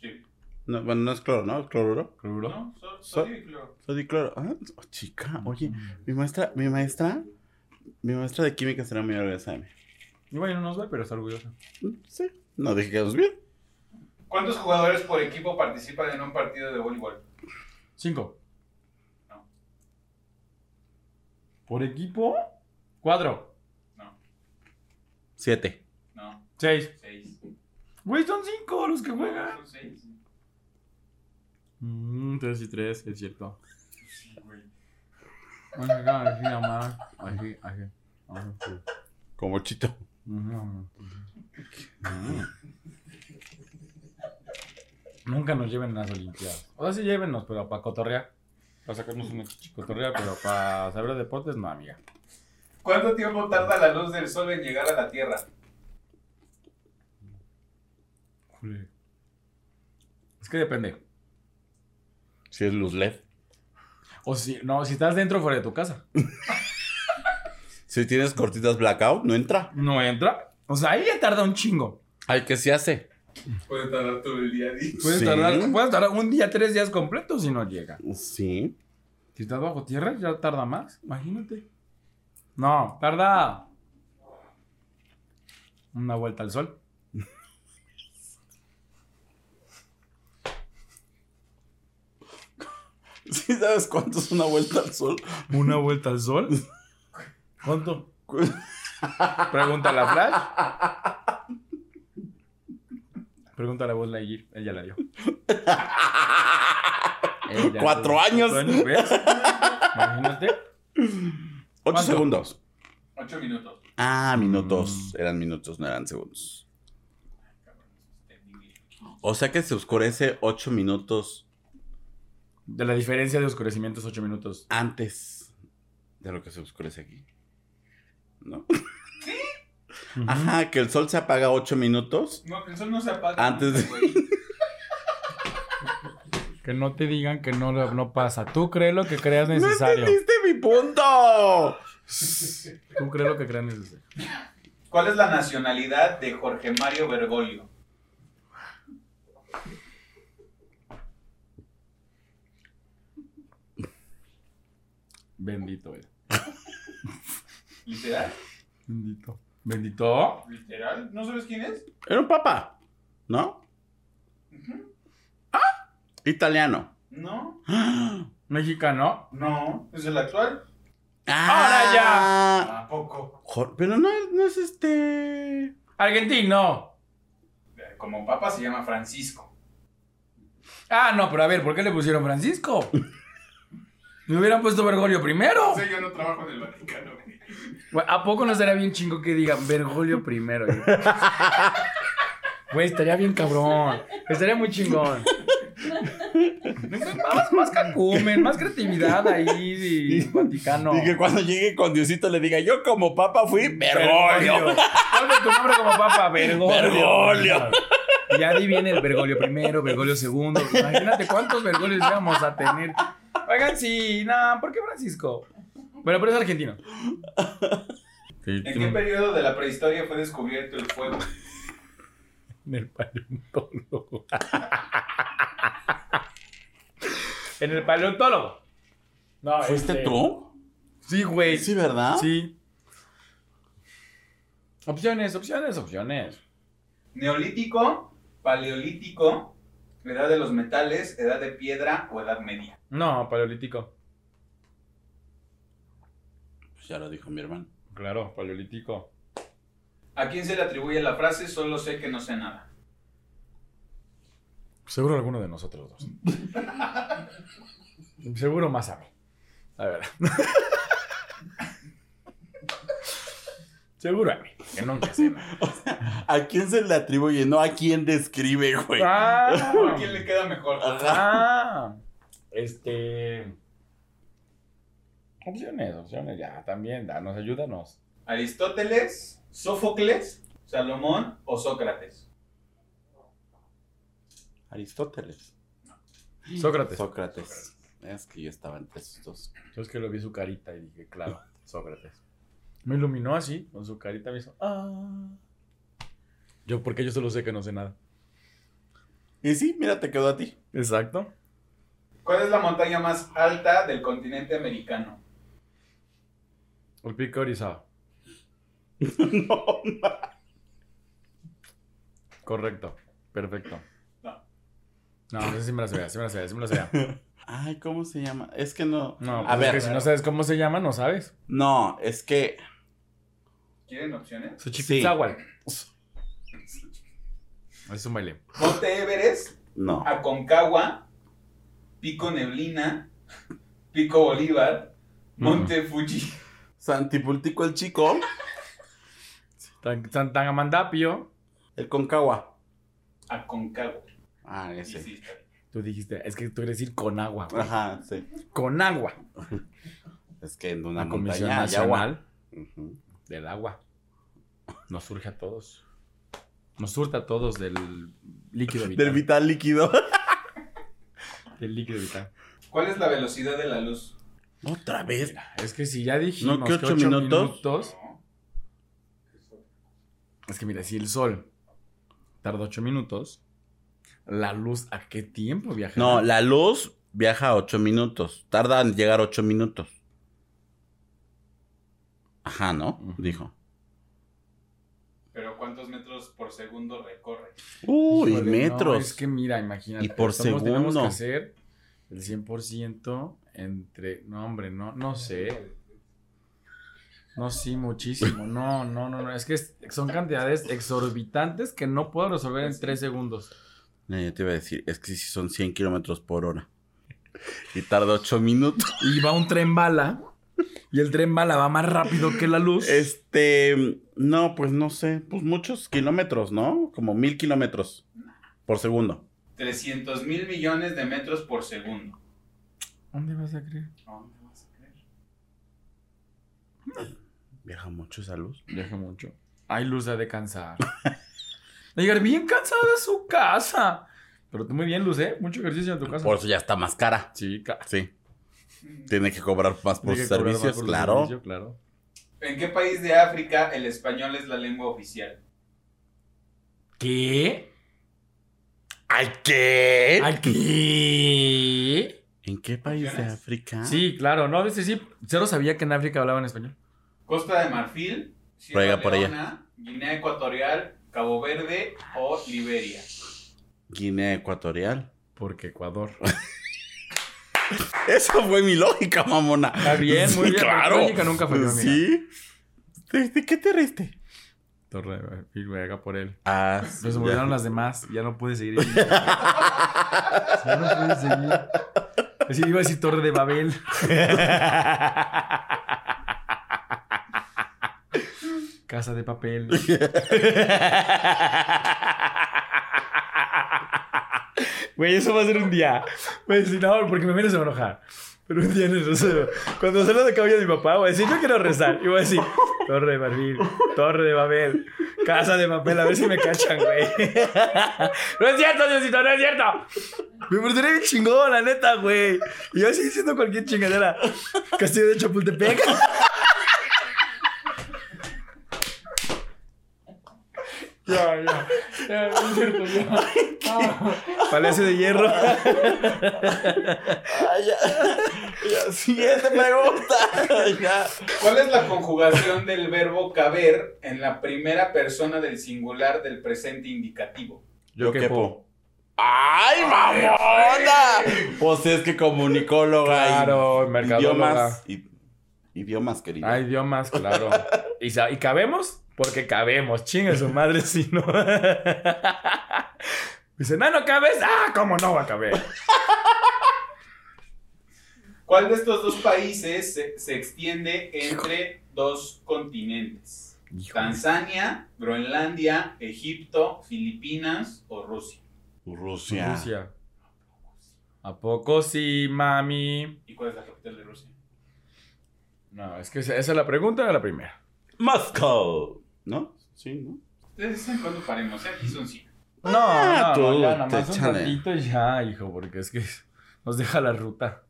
A: Sí.
C: No, bueno, no es cloro, ¿no? ¿Cloruro?
B: ¿Cloruro?
A: ¿No? so-
C: Sol-
A: sodio y cloro.
C: Sodio y cloro. Ah, oh, chica, oye, mi maestra, mi maestra, mi maestra de química será muy orgullosa de mí.
B: Y bueno, no nos ve, pero está orgullosa.
C: Mm, Sí, no dije que nos bien.
A: ¿Cuántos jugadores por equipo participan en un partido de voleibol?
B: Cinco.
A: No.
B: ¿Por equipo? Cuatro.
C: Siete.
A: No,
B: Seis.
A: seis.
B: Güey, son cinco los que
A: No,
B: juegan.
A: son seis.
B: Mm, tres y tres, es cierto.
A: Sí, güey.
B: Bueno, acá, así, mamá. Así, así. Ajá, sí.
C: Como chito.
B: Ujú, ajá. Ujú. Nunca nos lleven a las Olimpiadas. O sea, sí llévenos, pero para cotorrear. Para sacarnos una chichicotorrea, pero para saber de deportes, no, amiga.
A: ¿Cuánto tiempo tarda la luz del sol en llegar a la Tierra?
B: Jule. Es que depende.
C: Si es luz LED.
B: O si, no, si estás dentro o fuera de tu casa.
C: Si tienes cortitas blackout, no entra.
B: No entra. O sea, ahí ya tarda un chingo.
C: Ay, ¿qué se hace?
A: Puede tardar todo el día. di.
B: Puedes,
C: Sí.
B: tardar, puedes tardar un día, tres días completos si no llega.
C: Sí.
B: Si estás bajo tierra, ya tarda más. Imagínate. No, tarda. Una vuelta al sol.
C: ¿Sí sabes cuánto es una vuelta al sol?
B: ¿Una vuelta al sol? ¿Cuánto? Pregúntale a Flash. Pregúntale a Buzz Lightyear. Ella la dio. Ella
C: Cuatro
B: la
C: años.
B: ¿ves? Imagínate.
C: Ocho
B: ¿Cuánto?
C: segundos.
A: Ocho minutos.
C: Ah, minutos.
B: Mm.
C: Eran minutos, no eran segundos. O sea que se oscurece ocho minutos
B: De la diferencia de oscurecimiento es 8 minutos.
C: antes de lo que se oscurece aquí. ¿No? Ajá, que el sol se apaga 8 minutos.
A: No, el sol no se apaga.
C: Antes de-
A: güey.
B: Que no te digan que no, no pasa. Tú cree lo que creas necesario.
C: mi punto!
B: Tú cree lo que creas necesario.
A: ¿Cuál es la nacionalidad de Jorge Mario Bergoglio?
B: Bendito era.
A: ¿Literal?
B: Bendito. ¿Bendito?
A: ¿Literal? ¿No sabes quién es?
C: Era un papa, ¿no?
A: Ujú.
C: Italiano. ¡Ah!
A: No,
B: ¿Mexicano?
A: no, es el actual.
B: ¡Ahora ya!
C: Ah.
A: Tampoco.
C: Jor- Pero no, es- no es este.
B: ¿Argentino?
A: Como papa se llama Francisco.
B: Ah, no, pero a ver, ¿por qué le pusieron Francisco? Me hubieran puesto Bergoglio primero.
A: sé, yo no trabajo en el Vaticano. güey.
B: Güey, ¿A poco no estaría bien chingo que digan Bergoglio primero? Güey, Güey, estaría bien cabrón. Estaría muy chingón. Más, más cacumen, más creatividad ahí de Vaticano.
C: Y que cuando llegue con Diosito le diga, yo como papa fui Bergoglio.
B: Ponle tu nombre como papa, Bergoglio.
C: Bergoglio.
B: Ya ahí viene el Bergoglio primero, Bergoglio segundo. Imagínate cuántos Bergolios íbamos a tener. Oigan, sí, no, ¿por qué Francisco? Bueno, pero es argentino.
A: ¿En qué periodo de la prehistoria fue descubierto el fuego?
B: En el paleontólogo. en el paleontólogo. No,
C: ¿Fuiste
B: este-
C: tú?
B: Sí, güey.
C: Sí, ¿verdad?
B: Sí. Opciones, opciones, opciones.
A: Neolítico, paleolítico, edad de los metales, edad de piedra o edad media.
B: No, paleolítico.
C: Pues ya lo dijo mi hermano.
B: Claro, paleolítico.
A: ¿A quién se le atribuye la frase solo sé que no sé nada?
B: Seguro alguno de nosotros dos. Seguro más a mí. A ver. Seguro a mí, que nunca sé. nada.
C: ¿A quién se le atribuye? No, ¿a quién describe, güey?
B: Ah,
A: ¿A quién le queda mejor?
C: Ajá.
B: Ah, este. Opciones, opciones, ya, también, danos, ayúdanos.
A: ¿Aristóteles, Sófocles, Salomón o Sócrates?
C: Aristóteles.
B: Sócrates.
C: Sócrates. Es que yo estaba entre esos dos.
B: Yo es que lo vi su carita y dije, claro, Sócrates. Me iluminó así, con su carita me hizo, ah. Yo, porque yo solo sé que no sé nada.
C: Y sí, mira, te quedó a ti.
B: Exacto.
A: ¿Cuál es la montaña más alta del continente americano?
B: El pico orizaba.
C: no,
B: Correcto. Perfecto.
A: No.
B: No, no sé si me la sabía, sí me la sabía, sí me la sabía.
C: Ay, ¿cómo se llama? Es que no.
B: No, pues
C: a ver.
B: que si no sabes cómo se llama, no sabes.
C: No, es que.
A: ¿Quieren opciones?
B: Su
C: Sí.
B: chiquitzahual. Es un baile.
A: Monte Everest,
C: No.
A: Aconcagua, Pico Neblina, Pico Bolívar, Monte Fuji.
C: Santipultico el chico.
B: Tan, tan, tan amandapio.
C: El Concagua.
A: Aconcagua.
C: Ah,
A: Sí,
C: ese.
A: sí, está bien.
B: Tú dijiste, es que tú quieres ir con agua. güey.
C: Ajá, sí.
B: Con agua.
C: Es que en una
B: La Comisión
C: montaña hay agua.
B: Nacional
C: Ujú.
B: del Agua. Nos surge a todos. Nos surta a todos del líquido vital.
C: Del vital líquido.
B: Del líquido vital.
A: ¿Cuál es la velocidad de la luz?
C: Otra vez.
B: Mira, es que si ya dijimos
C: ¿No que
B: que
C: ocho
B: ocho
C: minutos?
B: minutos?
A: No.
B: Es que mira, si el sol tarda ocho minutos, la luz a qué tiempo viaja?
C: No, la luz viaja 8 minutos. Tarda en llegar 8 minutos. Ajá, ¿no?
B: Ujú.
C: Dijo.
A: Pero ¿cuántos metros por segundo recorre?
C: Uy,
B: Híjole, no,
C: metros.
B: es que mira, imagínate.
C: Y por
B: estamos- Tenemos que
C: segundo.
B: hacer el 100% entre. No, hombre, no, no sé. No, sí, muchísimo. No, no, no, no. Es que es- son cantidades exorbitantes que no puedo resolver en tres segundos.
C: No, yo te iba a decir, es que si son 100 kilómetros por hora. Y tarda 8 minutos.
B: Y va un tren bala. Y el tren bala va más rápido que la luz.
C: Este, no, pues no sé. Pues muchos kilómetros, ¿no? Como mil kilómetros por segundo.
A: 300 mil millones de metros por segundo.
B: ¿Dónde vas a creer?
A: No, no vas a creer.
C: Viaja mucho esa luz.
B: Viaje mucho. Hay luz ha de cansar. Llegar bien cansada a su casa. Pero tú muy bien, Luz, ¿eh? Mucho ejercicio en tu casa.
C: Por eso ya está más cara.
B: Sí, ca-
C: Sí. Tiene que cobrar más por sus Pues servicios,
B: Tiene que cobrar más por
C: claro.
B: servicio, claro.
A: ¿En qué país de África el español es la lengua oficial?
B: ¿Qué?
C: ¿Ay qué?
B: ¿A qué?
C: ¿En qué país de
A: ¿Opciones?
C: África?
B: Sí, claro, no, a veces sí. Cero sabía que en África hablaban español.
A: Costa de Marfil, Sierra
C: Ruega por
A: Leona, Guinea Ecuatorial, Cabo Verde o Liberia.
C: Guinea Ecuatorial.
B: Porque Ecuador.
C: Esa fue mi lógica, mamona.
B: Está bien, muy
C: Sí,
B: bien.
C: Claro.
B: Tu lógica nunca falló, mira.
C: ¿Sí? ¿De, de qué te reíste?
B: Torre y por él.
C: Ah,
B: Pero se
C: ya.
B: volvieron las demás. Ya no pude seguir. ya no pude seguir. Así iba a decir Torre de Babel. Casa de papel. Güey, eso va a ser un día. Voy a decir, no, porque mi mamá no se va a enojar. Pero un día en eso, o sea, cuando salga de cabello de mi papá, voy a decir, yo quiero rezar. Y voy a decir, Torre de Marfil, Torre de Babel, Casa de Papel, a ver si me cachan, güey. no es cierto, Diosito, no es cierto.
D: Me portaría bien chingón, la neta, güey. Y yo así diciendo cualquier chingadera. Castillo de Chapultepec.
B: Ya, ya. Ya, no es cierto, ya.
D: Palacio de Hierro.
C: Ay, ya. Ya, Siguiente pregunta. Ya.
A: ¿Cuál es la conjugación del verbo caber en la primera persona del singular del presente indicativo?
C: Yo quepo. ¡Ay, mamona! Pues es que comunicóloga. y
B: Claro, mercadóloga.
C: Idiomas. y- idiomas, querido.
B: Ah, idiomas, claro. ¿Y, sa- y cabemos? Porque cabemos. Chinga su madre si no. Dice, no, no cabes. Ah, ¿cómo no va a caber?
A: ¿Cuál de estos dos países se, se extiende entre dos continentes? Tanzania, Groenlandia, Egipto, Filipinas o Rusia.
C: Rusia.
B: Rusia. ¿A poco sí, mami?
A: ¿Y cuál es la capital de Rusia?
B: No, es que esa esa es la pregunta era la primera.
C: Moscow. ¿No? Sí, ¿no?
A: Ustedes dicen cuándo paremos, ¿eh? aquí son cien.
B: No, no,
C: Ah, tú,
B: ya, nada
C: te
B: más un
C: chale.
B: ratito y ya, hijo, porque es que nos deja la ruta.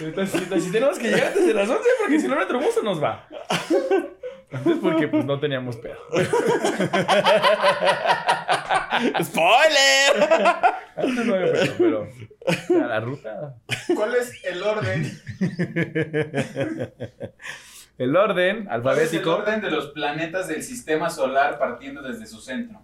B: Entonces, si, si tenemos que llegar desde las 11 porque si no nuestro bus se nos va. Antes porque pues no teníamos pedo.
C: ¡Spoiler!
B: Antes no había pedo, pero ya, la ruta.
A: ¿Cuál es el orden?
B: El orden
A: ¿Cuál es el
B: alfabético.
A: orden de los planetas del sistema solar partiendo desde su centro?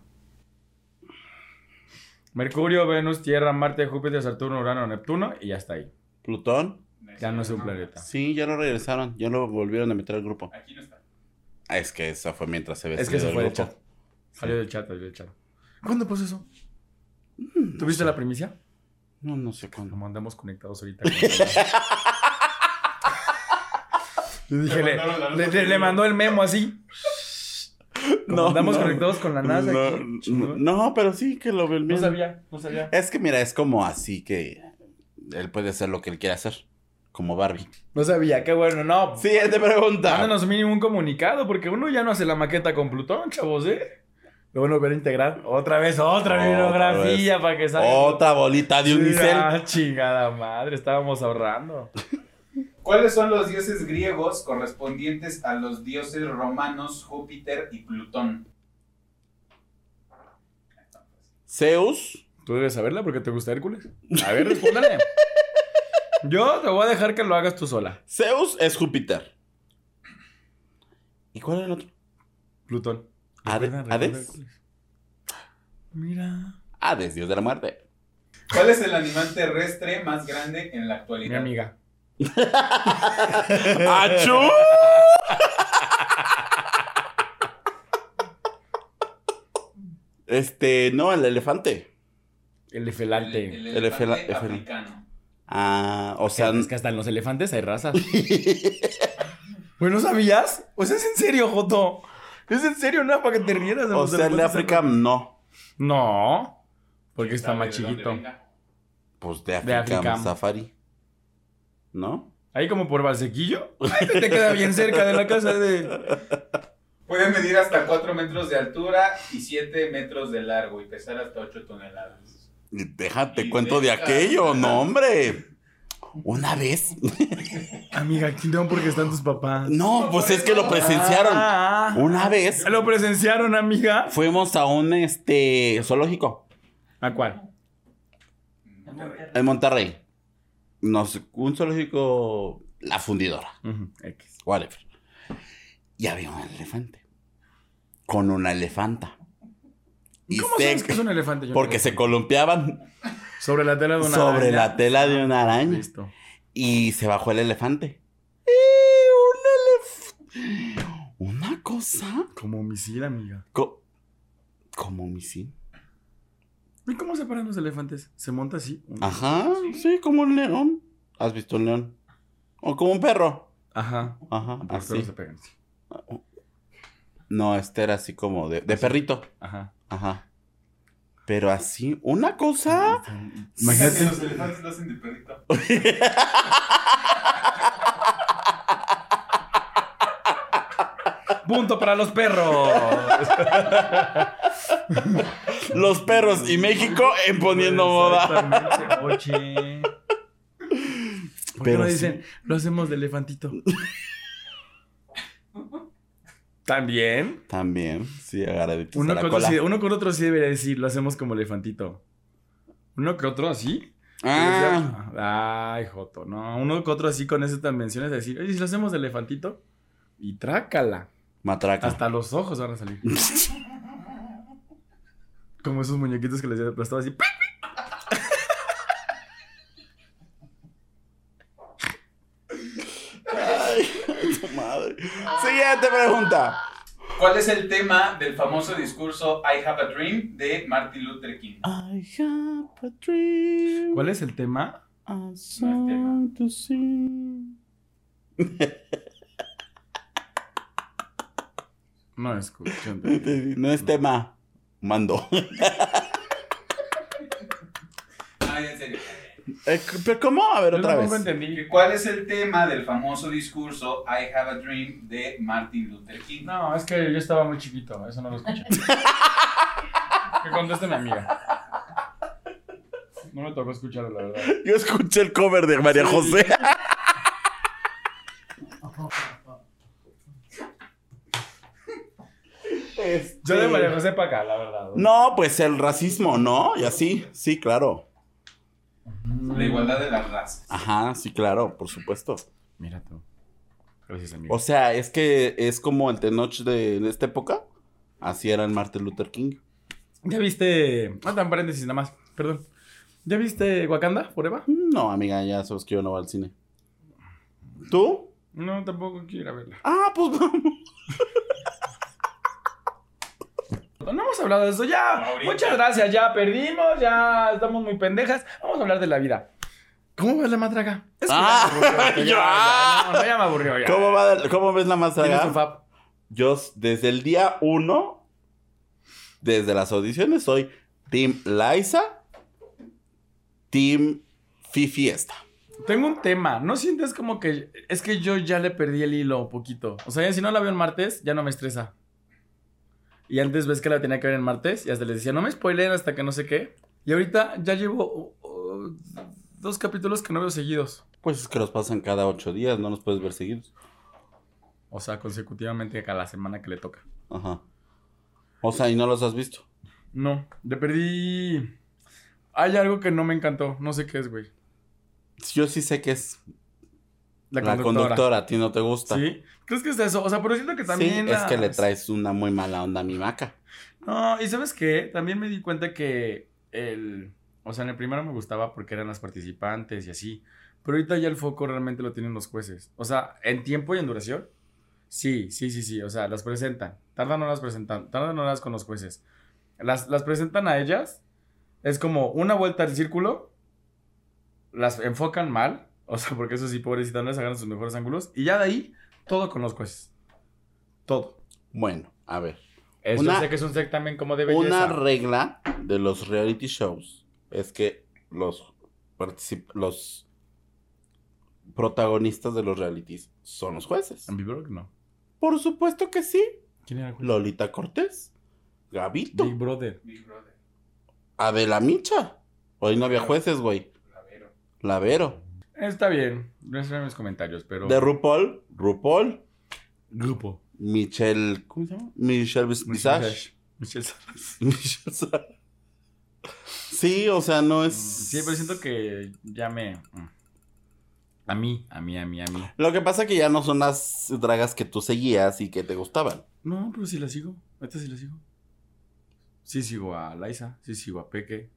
B: Mercurio, Venus, Tierra, Marte, Júpiter, Saturno, Urano, Neptuno y ya está ahí.
C: ¿Plutón?
B: Ya no es
A: Ah,
B: un planeta.
C: Sí, ya lo regresaron. Ya lo volvieron a meter al grupo.
A: Aquí no está.
C: Ah, Es que esa fue mientras se ve
B: Es que eso fue de chat. Salió del chat, salió del chat. Mm,
D: ¿Cuándo pasó eso?
B: ¿Tuviste la primicia?
C: No, no sé cuándo.
B: Como andamos conectados ahorita. con- le, dije, le, le- le- le mandó el memo así. Como andamos conectados con la NASA.
C: No,
B: aquí.
C: no, no, pero sí que lo veo el
B: No
C: mismo.
B: sabía, no sabía.
C: Es que mira, es como así que él puede hacer lo que él quiera hacer. Como Barbie.
B: No sabía, qué bueno, no.
C: Siguiente pregunta.
B: Mándanos mínimo un comunicado, porque uno ya no hace la maqueta con Plutón, chavos, ¿eh? Lo bueno ver integrar. Otra vez, otra,
C: Otra
B: bibliografía para que salga.
C: Otra bolita de unicel.
B: Ah, chingada madre, estábamos ahorrando.
A: ¿Cuáles son los dioses griegos correspondientes a los dioses romanos Júpiter y Plutón?
C: Zeus.
B: Tú debes saberla porque te gusta Hércules. A ver, respóndale. Yo te voy a dejar que lo hagas tú sola.
C: Zeus es Júpiter. ¿Y cuál es el otro?
B: Plutón.
C: Ade-
B: Recuerda, recuerda
C: Hades.
B: Hércules. Mira.
C: Hades, Ah, dios de la muerte.
A: ¿Cuál es el animal terrestre más grande en la
B: Mi
A: actualidad?
B: amiga.
C: ¡Achú! Este, no, el elefante.
B: El
A: El,
B: efelante.
A: el
C: El
A: elefante
C: efela- efela-
A: africano.
C: Ah, o sea,
B: Es que hasta en los elefantes hay razas.
D: Güey, ¿no sabías? O sea, es en serio, Joto. Es en serio, no, para que te rieras.
C: o sea, el de África no.
B: No. Porque está
A: ¿Sabe
B: más
A: de dónde
B: chiquito.
A: venga?
C: Pues de África,
B: África.
C: Safari. ¿No?
B: Ahí como por Valsequillo.
D: Te queda bien cerca de la casa de...
A: Pueden medir hasta 4 metros de altura y 7 metros de largo y pesar hasta 8 toneladas.
C: Y Déjate,
A: Y
C: cuento de
A: deja-
C: aquello, no, hombre. Una vez.
B: Amiga, aquí no, porque están tus papás.
C: No, pues es que lo presenciaron.
B: Ah, ah.
C: Una vez
B: ¿Lo presenciaron, amiga?
C: fuimos a un este zoológico
B: ¿A cuál?
C: en Monterrey. Nos, un zoológico La Fundidora,
B: Ujú, X.
C: whatever. Y había un elefante. Con una elefanta. Y
B: ¿Cómo
C: se-
B: sabes que es un elefante? Yo
C: Porque
B: no-
C: se columpiaban
B: Sobre la tela de una
C: sobre
B: araña.
C: la tela de una araña.
B: Listo.
C: Y se bajó el elefante. ¡Eh, un elefante! Una cosa.
B: Como homicida, amiga.
C: co- como misil.
B: ¿Y cómo se paran los elefantes? ¿Se monta así? Un-
C: Ajá, sí, como un león. ¿Has visto un león? O como un perro.
B: Ajá.
C: Ajá,
B: Porque
C: así.
B: luego se pegan así.
C: No, este era así como de, de perrito.
B: Ajá.
C: Ajá. Pero así, una cosa.
A: Imagínate.
B: Imagínate.
A: Los elefantes lo hacen de perrito.
B: Punto para los perros.
C: Los perros y México en poniendo moda.
B: Exactamente, Oye. ¿Por qué
C: Pero
B: no
C: sí.
B: dicen, lo hacemos de elefantito? También.
C: También, sí, agarraditos a
B: Uno
C: la
B: con, otro
C: cola.
B: sí, uno con otro sí debería decir, lo hacemos como elefantito. Uno que otro así.
C: Ah,
B: Ay, Joto, no. Uno que otro así con esas tan menciones de decir, oye, si lo hacemos de elefantito. Y trácala.
C: matraca.
B: Hasta los ojos van a salir. Como esos muñequitos que les aplastaba así.
C: Tu madre. Siguiente pregunta.
A: ¿Cuál es el tema del famoso discurso I Have a Dream de Martin Luther King?
C: I have a dream.
B: ¿Cuál es el tema?
C: A
A: song
C: to sing.
B: No escucho.
C: No es tema. Mando.
A: Ay, Ah, en serio.
C: Eh, ¿Pero cómo? A ver, otra vez.
A: ¿Que ¿Cuál es el tema del famoso discurso I Have a Dream de Martin Luther King?
B: No, es que yo estaba muy chiquito, eso no lo escuché. que conteste mi amiga. No me tocó escucharlo, la verdad.
C: Yo escuché el cover de María José. Este-
B: Yo de María José para acá, la verdad.
C: No, pues el racismo, ¿no? Y así, sí, claro.
A: La igualdad de las razas.
C: Ajá, sí, claro, por supuesto.
B: Mira tú. Gracias, amigo.
C: O sea, es que es como el Tenoch de, de esta época. Así era el Martin Luther King.
B: ¿Ya viste. Ah, tan paréntesis nada más, perdón. ¿Ya viste Wakanda Forever?
C: No, amiga, ya sabes que yo no voy al cine. ¿Tú?
B: No, tampoco quiero ir a verla.
C: Ah, pues vamos.
B: No hemos hablado de eso ya.
A: Ahorita.
B: Muchas gracias, ya perdimos, ya estamos muy pendejas. Vamos a hablar de la vida. ¿Cómo va la matraca? Es
C: Ah,
B: ya me aburrió, ya,
C: ya.
B: ya, no, no, ya me aburrió ya.
C: ¿Cómo, va- cómo ves la Ah,
B: ¿Tienes
C: máscara?
B: un fab?
C: Yo s- desde el día uno, desde las audiciones, soy Team Liza, Team Fifiesta.
B: Tengo un tema. ¿No sientes como que es que yo ya le perdí el hilo un poquito? O sea, ya si no la veo el martes, ya no me estresa. Y antes ves que la tenía que ver el martes y hasta les decía, no me spoiler hasta que no sé qué. Y ahorita ya llevo uh, uh, dos capítulos que no veo seguidos.
C: Pues es que los pasan cada ocho días, no los puedes ver seguidos.
B: O sea, consecutivamente cada semana que le toca.
C: Ajá. O sea, y no los has visto.
B: No, le perdí. Hay algo que no me encantó. No sé qué es, güey.
C: Yo sí sé que es la conductora, a ti no te gusta.
B: ¿Sí? ¿Crees que es eso? O sea, pero siento que también.
C: Sí, es que le
B: las-
C: traes una muy mala onda a mi maca.
B: No, y ¿sabes qué? También me di cuenta que el... O sea, en el primero me gustaba porque eran las participantes y así. Pero ahorita ya el foco realmente lo tienen los jueces. O sea, en tiempo y en duración. Sí, sí, sí, sí. O sea, las presentan. Tardan horas presentando. Tardan horas con los jueces. Las, las presentan a ellas. Es como una vuelta al círculo. Las enfocan mal. O sea, porque eso sí, pobrecita, no les agarran sus mejores ángulos. Y ya de ahí, todo con los jueces. Todo.
C: Bueno, a ver.
B: Es,
C: Una-
B: yo sé que es un certamen como de belleza.
C: Una regla de los reality shows es que los, particip- los protagonistas de los realities son los jueces.
B: En Big Brother, no.
C: Por supuesto que sí.
E: ¿Quién era, güey?
C: Lolita Cortés, Gabito,
E: Big Brother.
A: Big Brother.
C: Adela Micha. Hoy no había jueces, güey.
A: Lavero.
C: Lavero.
B: Está bien. No están en mis comentarios, pero.
C: De RuPaul, RuPaul,
E: Grupo.
C: Michelle. ¿Cómo se llama? Michelle Vis- Visage.
B: Michelle
C: Michelle Sa- Sí, o sea, no es.
B: Sí, pero siento que ya me. mm, A mí, a mí, a mí, a mí.
C: Lo que pasa que ya no son las dragas que tú seguías y que te gustaban.
B: No, pero sí la sigo. Ahorita sí la sigo. Sí sigo a Laisa, sí sigo a Peque.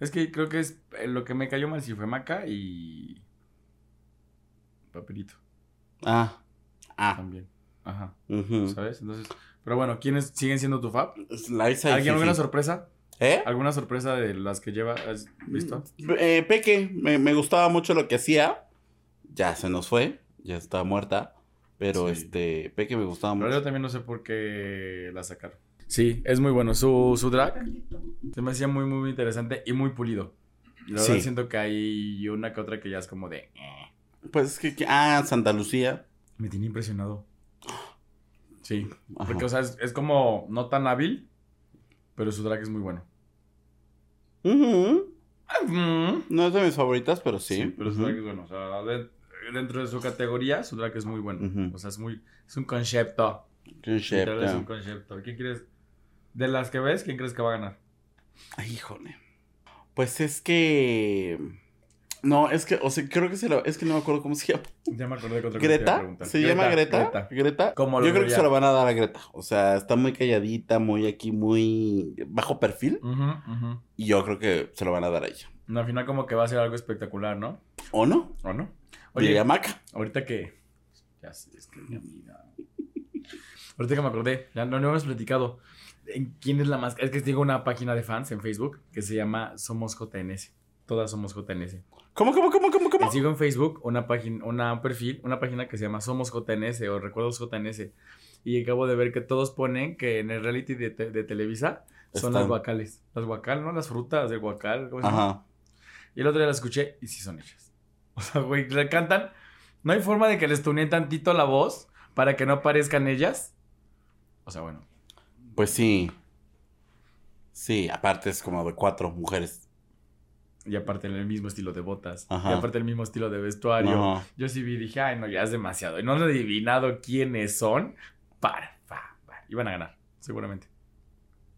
B: Es que creo que es eh, lo que me cayó mal sí fue Maca y. Papelito
C: Ah. Ah.
B: también. Ajá.
C: ujú.
B: ¿Sabes? Entonces. Pero bueno, ¿quiénes siguen siendo tu fab?
C: Es Liza y
B: ¿Alguien
C: Fifi.
B: alguna sorpresa?
C: ¿Eh?
B: ¿Alguna sorpresa de las que lleva? ¿Has visto?
C: Eh, Peque, me, me gustaba mucho lo que hacía. Ya se nos fue, ya está muerta. Pero
B: Sí.
C: este, Peque me gustaba
B: Pero yo
C: mucho.
B: también no sé por qué la sacaron. Sí, es muy bueno. Su, su drag se me hacía muy, muy interesante y muy pulido. La
C: Sí.
B: verdad siento que hay una que otra que ya es como de... eh.
C: Pues es que, que- ah, Santa Lucía.
B: Me tiene impresionado. Sí.
C: Ajá.
B: Porque, o sea, es, es como no tan hábil, pero su drag es muy bueno.
C: Ujú. No es de mis favoritas, pero sí.
B: pero su
C: Ujú.
B: drag es bueno. O sea, de- dentro de su categoría, su drag es muy bueno.
C: Ujú.
B: O sea, es muy... Es un concepto.
C: Qué chef,
B: Literal, es
C: ya.
B: un concepto. ¿Quién crees? De las que ves, ¿quién crees que va a ganar?
C: Ay, híjole. Pues es que. No, es que, o sea, creo que se lo. Es que no me acuerdo cómo se llama.
B: Ya me acordé que otra cosa te iba a
C: Greta.
B: preguntar.
C: ¿Se llama Greta? Greta.
B: Como lo
C: Yo creo que
B: veía.
C: se lo van a dar a Greta. O sea, está muy calladita, muy aquí, muy bajo perfil.
B: Ujú, ujú.
C: Y yo creo que se lo van a dar a ella.
B: No, al final como que va a ser algo espectacular, ¿no?
C: ¿O no?
B: ¿O no?
C: Oye,
B: Oye,
C: Diría Maca.
B: ahorita que... Ya sé, es que mi amiga... Ahorita que me acordé, ya no, no hemos platicado. ¿En ¿Quién es la más...? Es que tengo una página de fans en Facebook que se llama Somos JNS. Todas somos JNS.
C: ¿Cómo, cómo, cómo, cómo,
B: Y
C: cómo?
B: sigo en Facebook una página, una un perfil, una página que se llama Somos JNS o Recuerdos JNS. Y acabo de ver que todos ponen que en el reality de, te- de Televisa son
C: Están.
B: las guacales. Las guacal, ¿no? Las frutas del guacal. ¿cómo se llama?
C: Ajá.
B: Y el otro día las escuché y sí son ellas. O sea, güey, le cantan. No hay forma de que les tuneen tantito la voz para que no parezcan ellas. O sea, bueno.
C: Pues sí. Sí, aparte es como de cuatro mujeres.
B: Y aparte el mismo estilo de botas.
C: Ajá.
B: Y aparte el mismo estilo de vestuario.
C: Ajá.
B: Yo sí vi, dije, ay, no, ya es demasiado. Y no han adivinado quiénes son. Para, para, para. Iban a ganar, seguramente.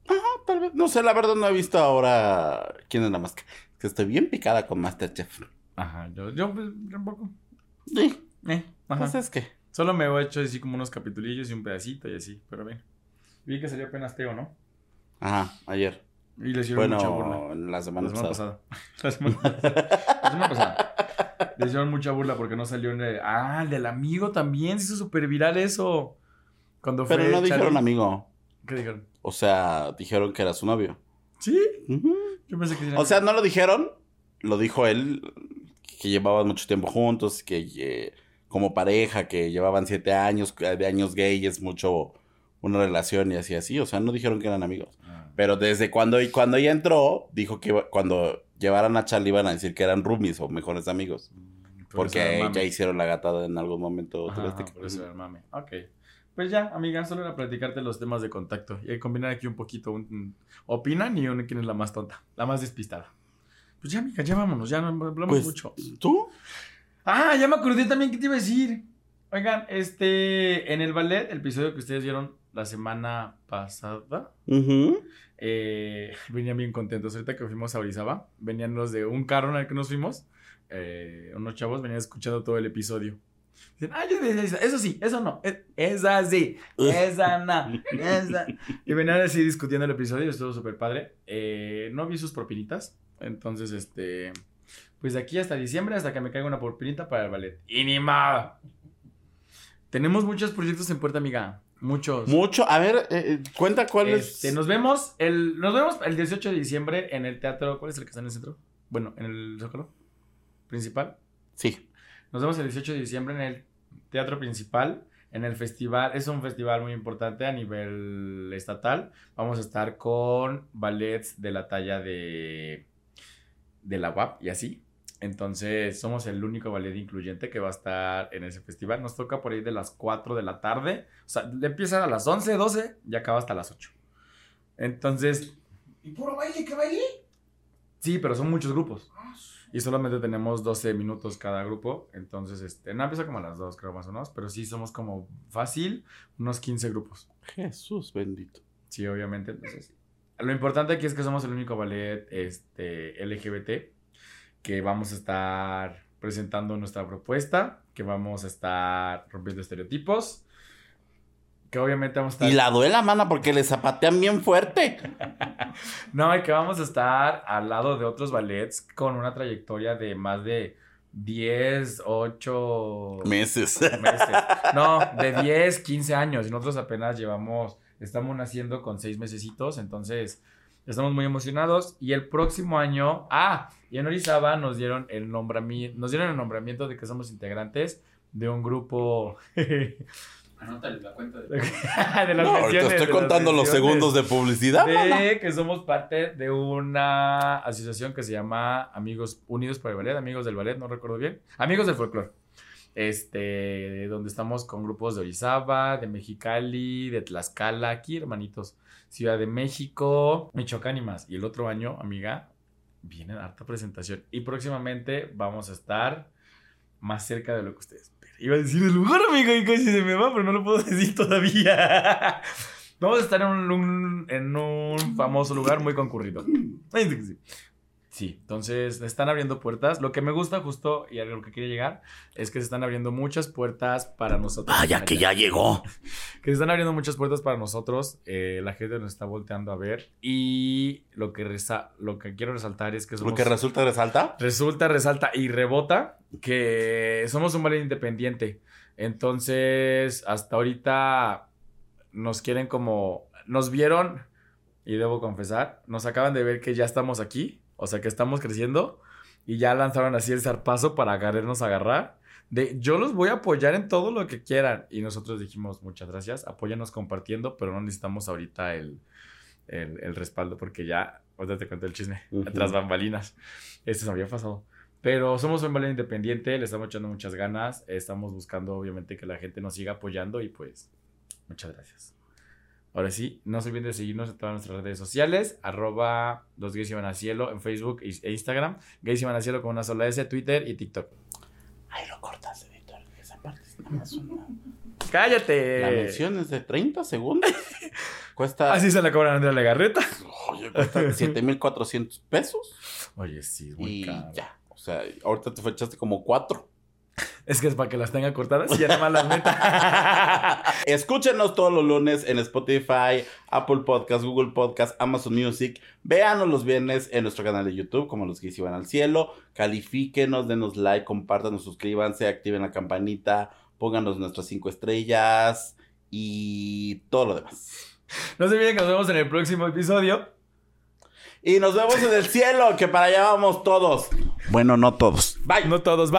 C: Ah, tal vez. No sé, la verdad no he visto ahora quién es la máscara. Es que estoy bien picada con Masterchef.
B: Ajá, yo, yo pues, tampoco.
C: Sí,
B: Eh, ajá.
C: pues es que.
B: Solo me he hecho así como unos capitulillos y un pedacito y así, pero bien. Vi que salió apenas Teo, ¿no?
C: Ajá, ayer.
B: Y le hicieron mucha burla.
C: Bueno, la semana
B: La semana
C: pasada.
B: pasada. La semana pasada. La semana pasada. Le hicieron mucha burla porque no salió en el... Ah, el del amigo también. Se hizo súper viral eso. Cuando fue...
C: Pero no dijeron
B: Charlie-
C: amigo.
B: ¿Qué dijeron?
C: O sea, dijeron que era su novio.
B: ¿Sí?
C: Ujú.
B: Yo pensé que...
C: O sea, no lo dijeron, lo dijo él, que llevaban mucho tiempo juntos, que eh, como pareja, que llevaban siete años, que de años gay, es mucho una relación y así, así. O sea, no dijeron que eran amigos.
B: Ah.
C: Pero desde cuando, y cuando ella entró, dijo que iba- cuando llevaran a Charlie iban a decir que eran roomies o mejores amigos. Porque ya hicieron la gatada en algún momento.
B: Ajá,
C: televisivo.
B: ajá, por eso era el mame. Ok. Pues ya, amiga, solo era platicarte los temas de contacto y combinar aquí un poquito un, un- opinan y un quién es la más tonta, la más despistada. Pues ya, amiga, ya vámonos, ya no hablamos
C: Pues-
B: mucho.
C: ¿Tú?
B: Ah, ya me acordé también que te iba a decir. Oigan, este, en el ballet, el episodio que ustedes vieron la semana pasada,
C: Ujú.
B: eh, venían bien contentos. Ahorita que fuimos a Orizaba, venían los de un carro en el que nos fuimos. eh, unos chavos venían escuchando todo el episodio. Dicen, ah, yo decía esa, eso sí, eso no, es- esa sí, esa no, esa. Y venían así discutiendo el episodio, estuvo súper padre. Eh, no vi sus propinitas, entonces, este, pues de aquí hasta diciembre, hasta que me caiga una propinita para el ballet. ¡Y ni modo! Tenemos muchos proyectos en puerta, amiga, muchos.
C: Mucho. A ver, eh, eh, cuenta cuál
B: Este,
C: es.
B: nos vemos el nos vemos el 18 de diciembre en el teatro, ¿cuál es el que está en el centro? Bueno, en el Zócalo principal.
C: Sí.
B: Nos vemos el 18 de diciembre en el teatro principal, en el festival, es un festival muy importante a nivel estatal. Vamos a estar con ballets de la talla de de la UAP y así. Entonces, somos el único ballet incluyente que va a estar en ese festival. Nos toca por ahí de las 4 de la tarde. O sea, empieza a las 11, 12 y acaba hasta las 8. Entonces,
A: ¿Y puro baile? ¿Qué baile?
B: sí, pero son muchos grupos.
A: Ah,
B: Y solamente tenemos 12 minutos cada grupo. Entonces, este, no empieza como a las 2, creo más o menos. Pero sí, somos como fácil, unos 15 grupos.
C: Jesús bendito.
B: Sí, obviamente. Entonces, lo importante aquí es que somos el único ballet este, LGBT que vamos a estar presentando nuestra propuesta, que vamos a estar rompiendo estereotipos, que obviamente vamos a estar...
C: Y la duela, mana, porque le zapatean bien fuerte.
B: No, y que vamos a estar al lado de otros ballets con una trayectoria de más de 10, 8
C: Meses.
B: meses. No, de 10, 15 años. Y nosotros apenas llevamos, estamos naciendo con 6 mesecitos, entonces estamos muy emocionados. Y el próximo año, ah, y en Orizaba nos dieron el nombramiento, nos dieron el nombramiento de que somos integrantes de un grupo de
A: Anótale la cuenta de...
B: las
C: No, ahorita
B: menciones,
C: estoy
B: de las
C: contando los
B: menciones.
C: segundos de publicidad, mana.
B: De que somos parte de una asociación que se llama Amigos Unidos por el Ballet, Amigos del Ballet, no recuerdo bien. Amigos del Folclore. Este, donde estamos con grupos de Orizaba, de Mexicali, de Tlaxcala, aquí, hermanitos. Ciudad de México, Michoacán y más. Y el otro año, amiga, viene harta presentación. Y próximamente vamos a estar más cerca de lo que ustedes esperan. Iba a decir el lugar, amiga, y casi se me va, pero no lo puedo decir todavía. Vamos a estar en un, un- en un famoso lugar muy concurrido. Sí, entonces están abriendo puertas. Lo que me gusta justo y a lo que quería llegar es que se están abriendo muchas puertas para nosotros.
C: Vaya que ya llegó.
B: Que se están abriendo muchas puertas para nosotros. eh, la gente nos está volteando a ver. Y lo que, resa- lo que quiero resaltar es que somos...
C: Lo que resulta, resalta.
B: Resulta, resalta y rebota que somos un ballet independiente. Entonces, hasta ahorita nos quieren como. Nos vieron, y debo confesar, nos acaban de ver que ya estamos aquí, o sea que estamos creciendo, y ya lanzaron así el zarpazo para querernos agarrar. De yo los voy a apoyar en todo lo que quieran. Y nosotros dijimos, muchas gracias, apóyanos compartiendo, pero no necesitamos ahorita el, el, el respaldo porque ya, ahorita te cuento el chisme,
C: Ujú.
B: tras bambalinas. Este se me había pasado. Pero somos un ballet independiente, le estamos echando muchas ganas, estamos buscando obviamente que la gente nos siga apoyando y pues muchas gracias. Ahora sí, no se olviden de seguirnos en todas nuestras redes sociales, arroba los gays iban al cielo en Facebook e e Instagram, gays iban al cielo con una sola S, Twitter y TikTok.
C: Ahí lo cortas, editor. Esa parte es nada más una. La
B: ¡Cállate!
C: mención es de 30 segundos. Cuesta,
B: Así se la cobran a Andrea Legarreta.
C: oye, cuesta 7400 pesos.
B: Oye, sí, es muy
C: Y
B: caro.
C: ya. O sea, ahorita te fechaste como cuatro.
B: Es que es para que las tenga cortadas y ya nada más las meta.
C: Escúchenos todos los lunes en Spotify, Apple Podcast, Google Podcast, Amazon Music. Véanos los viernes en nuestro canal de YouTube, como los que van al cielo. Califíquenos, denos like, compártanos, suscríbanse, activen la campanita, pónganos nuestras cinco estrellas y todo lo demás.
B: no se olviden que nos vemos en el próximo episodio.
C: Y nos vemos en el cielo, que para allá vamos todos. Bueno, no todos. Bye.
B: No todos, va.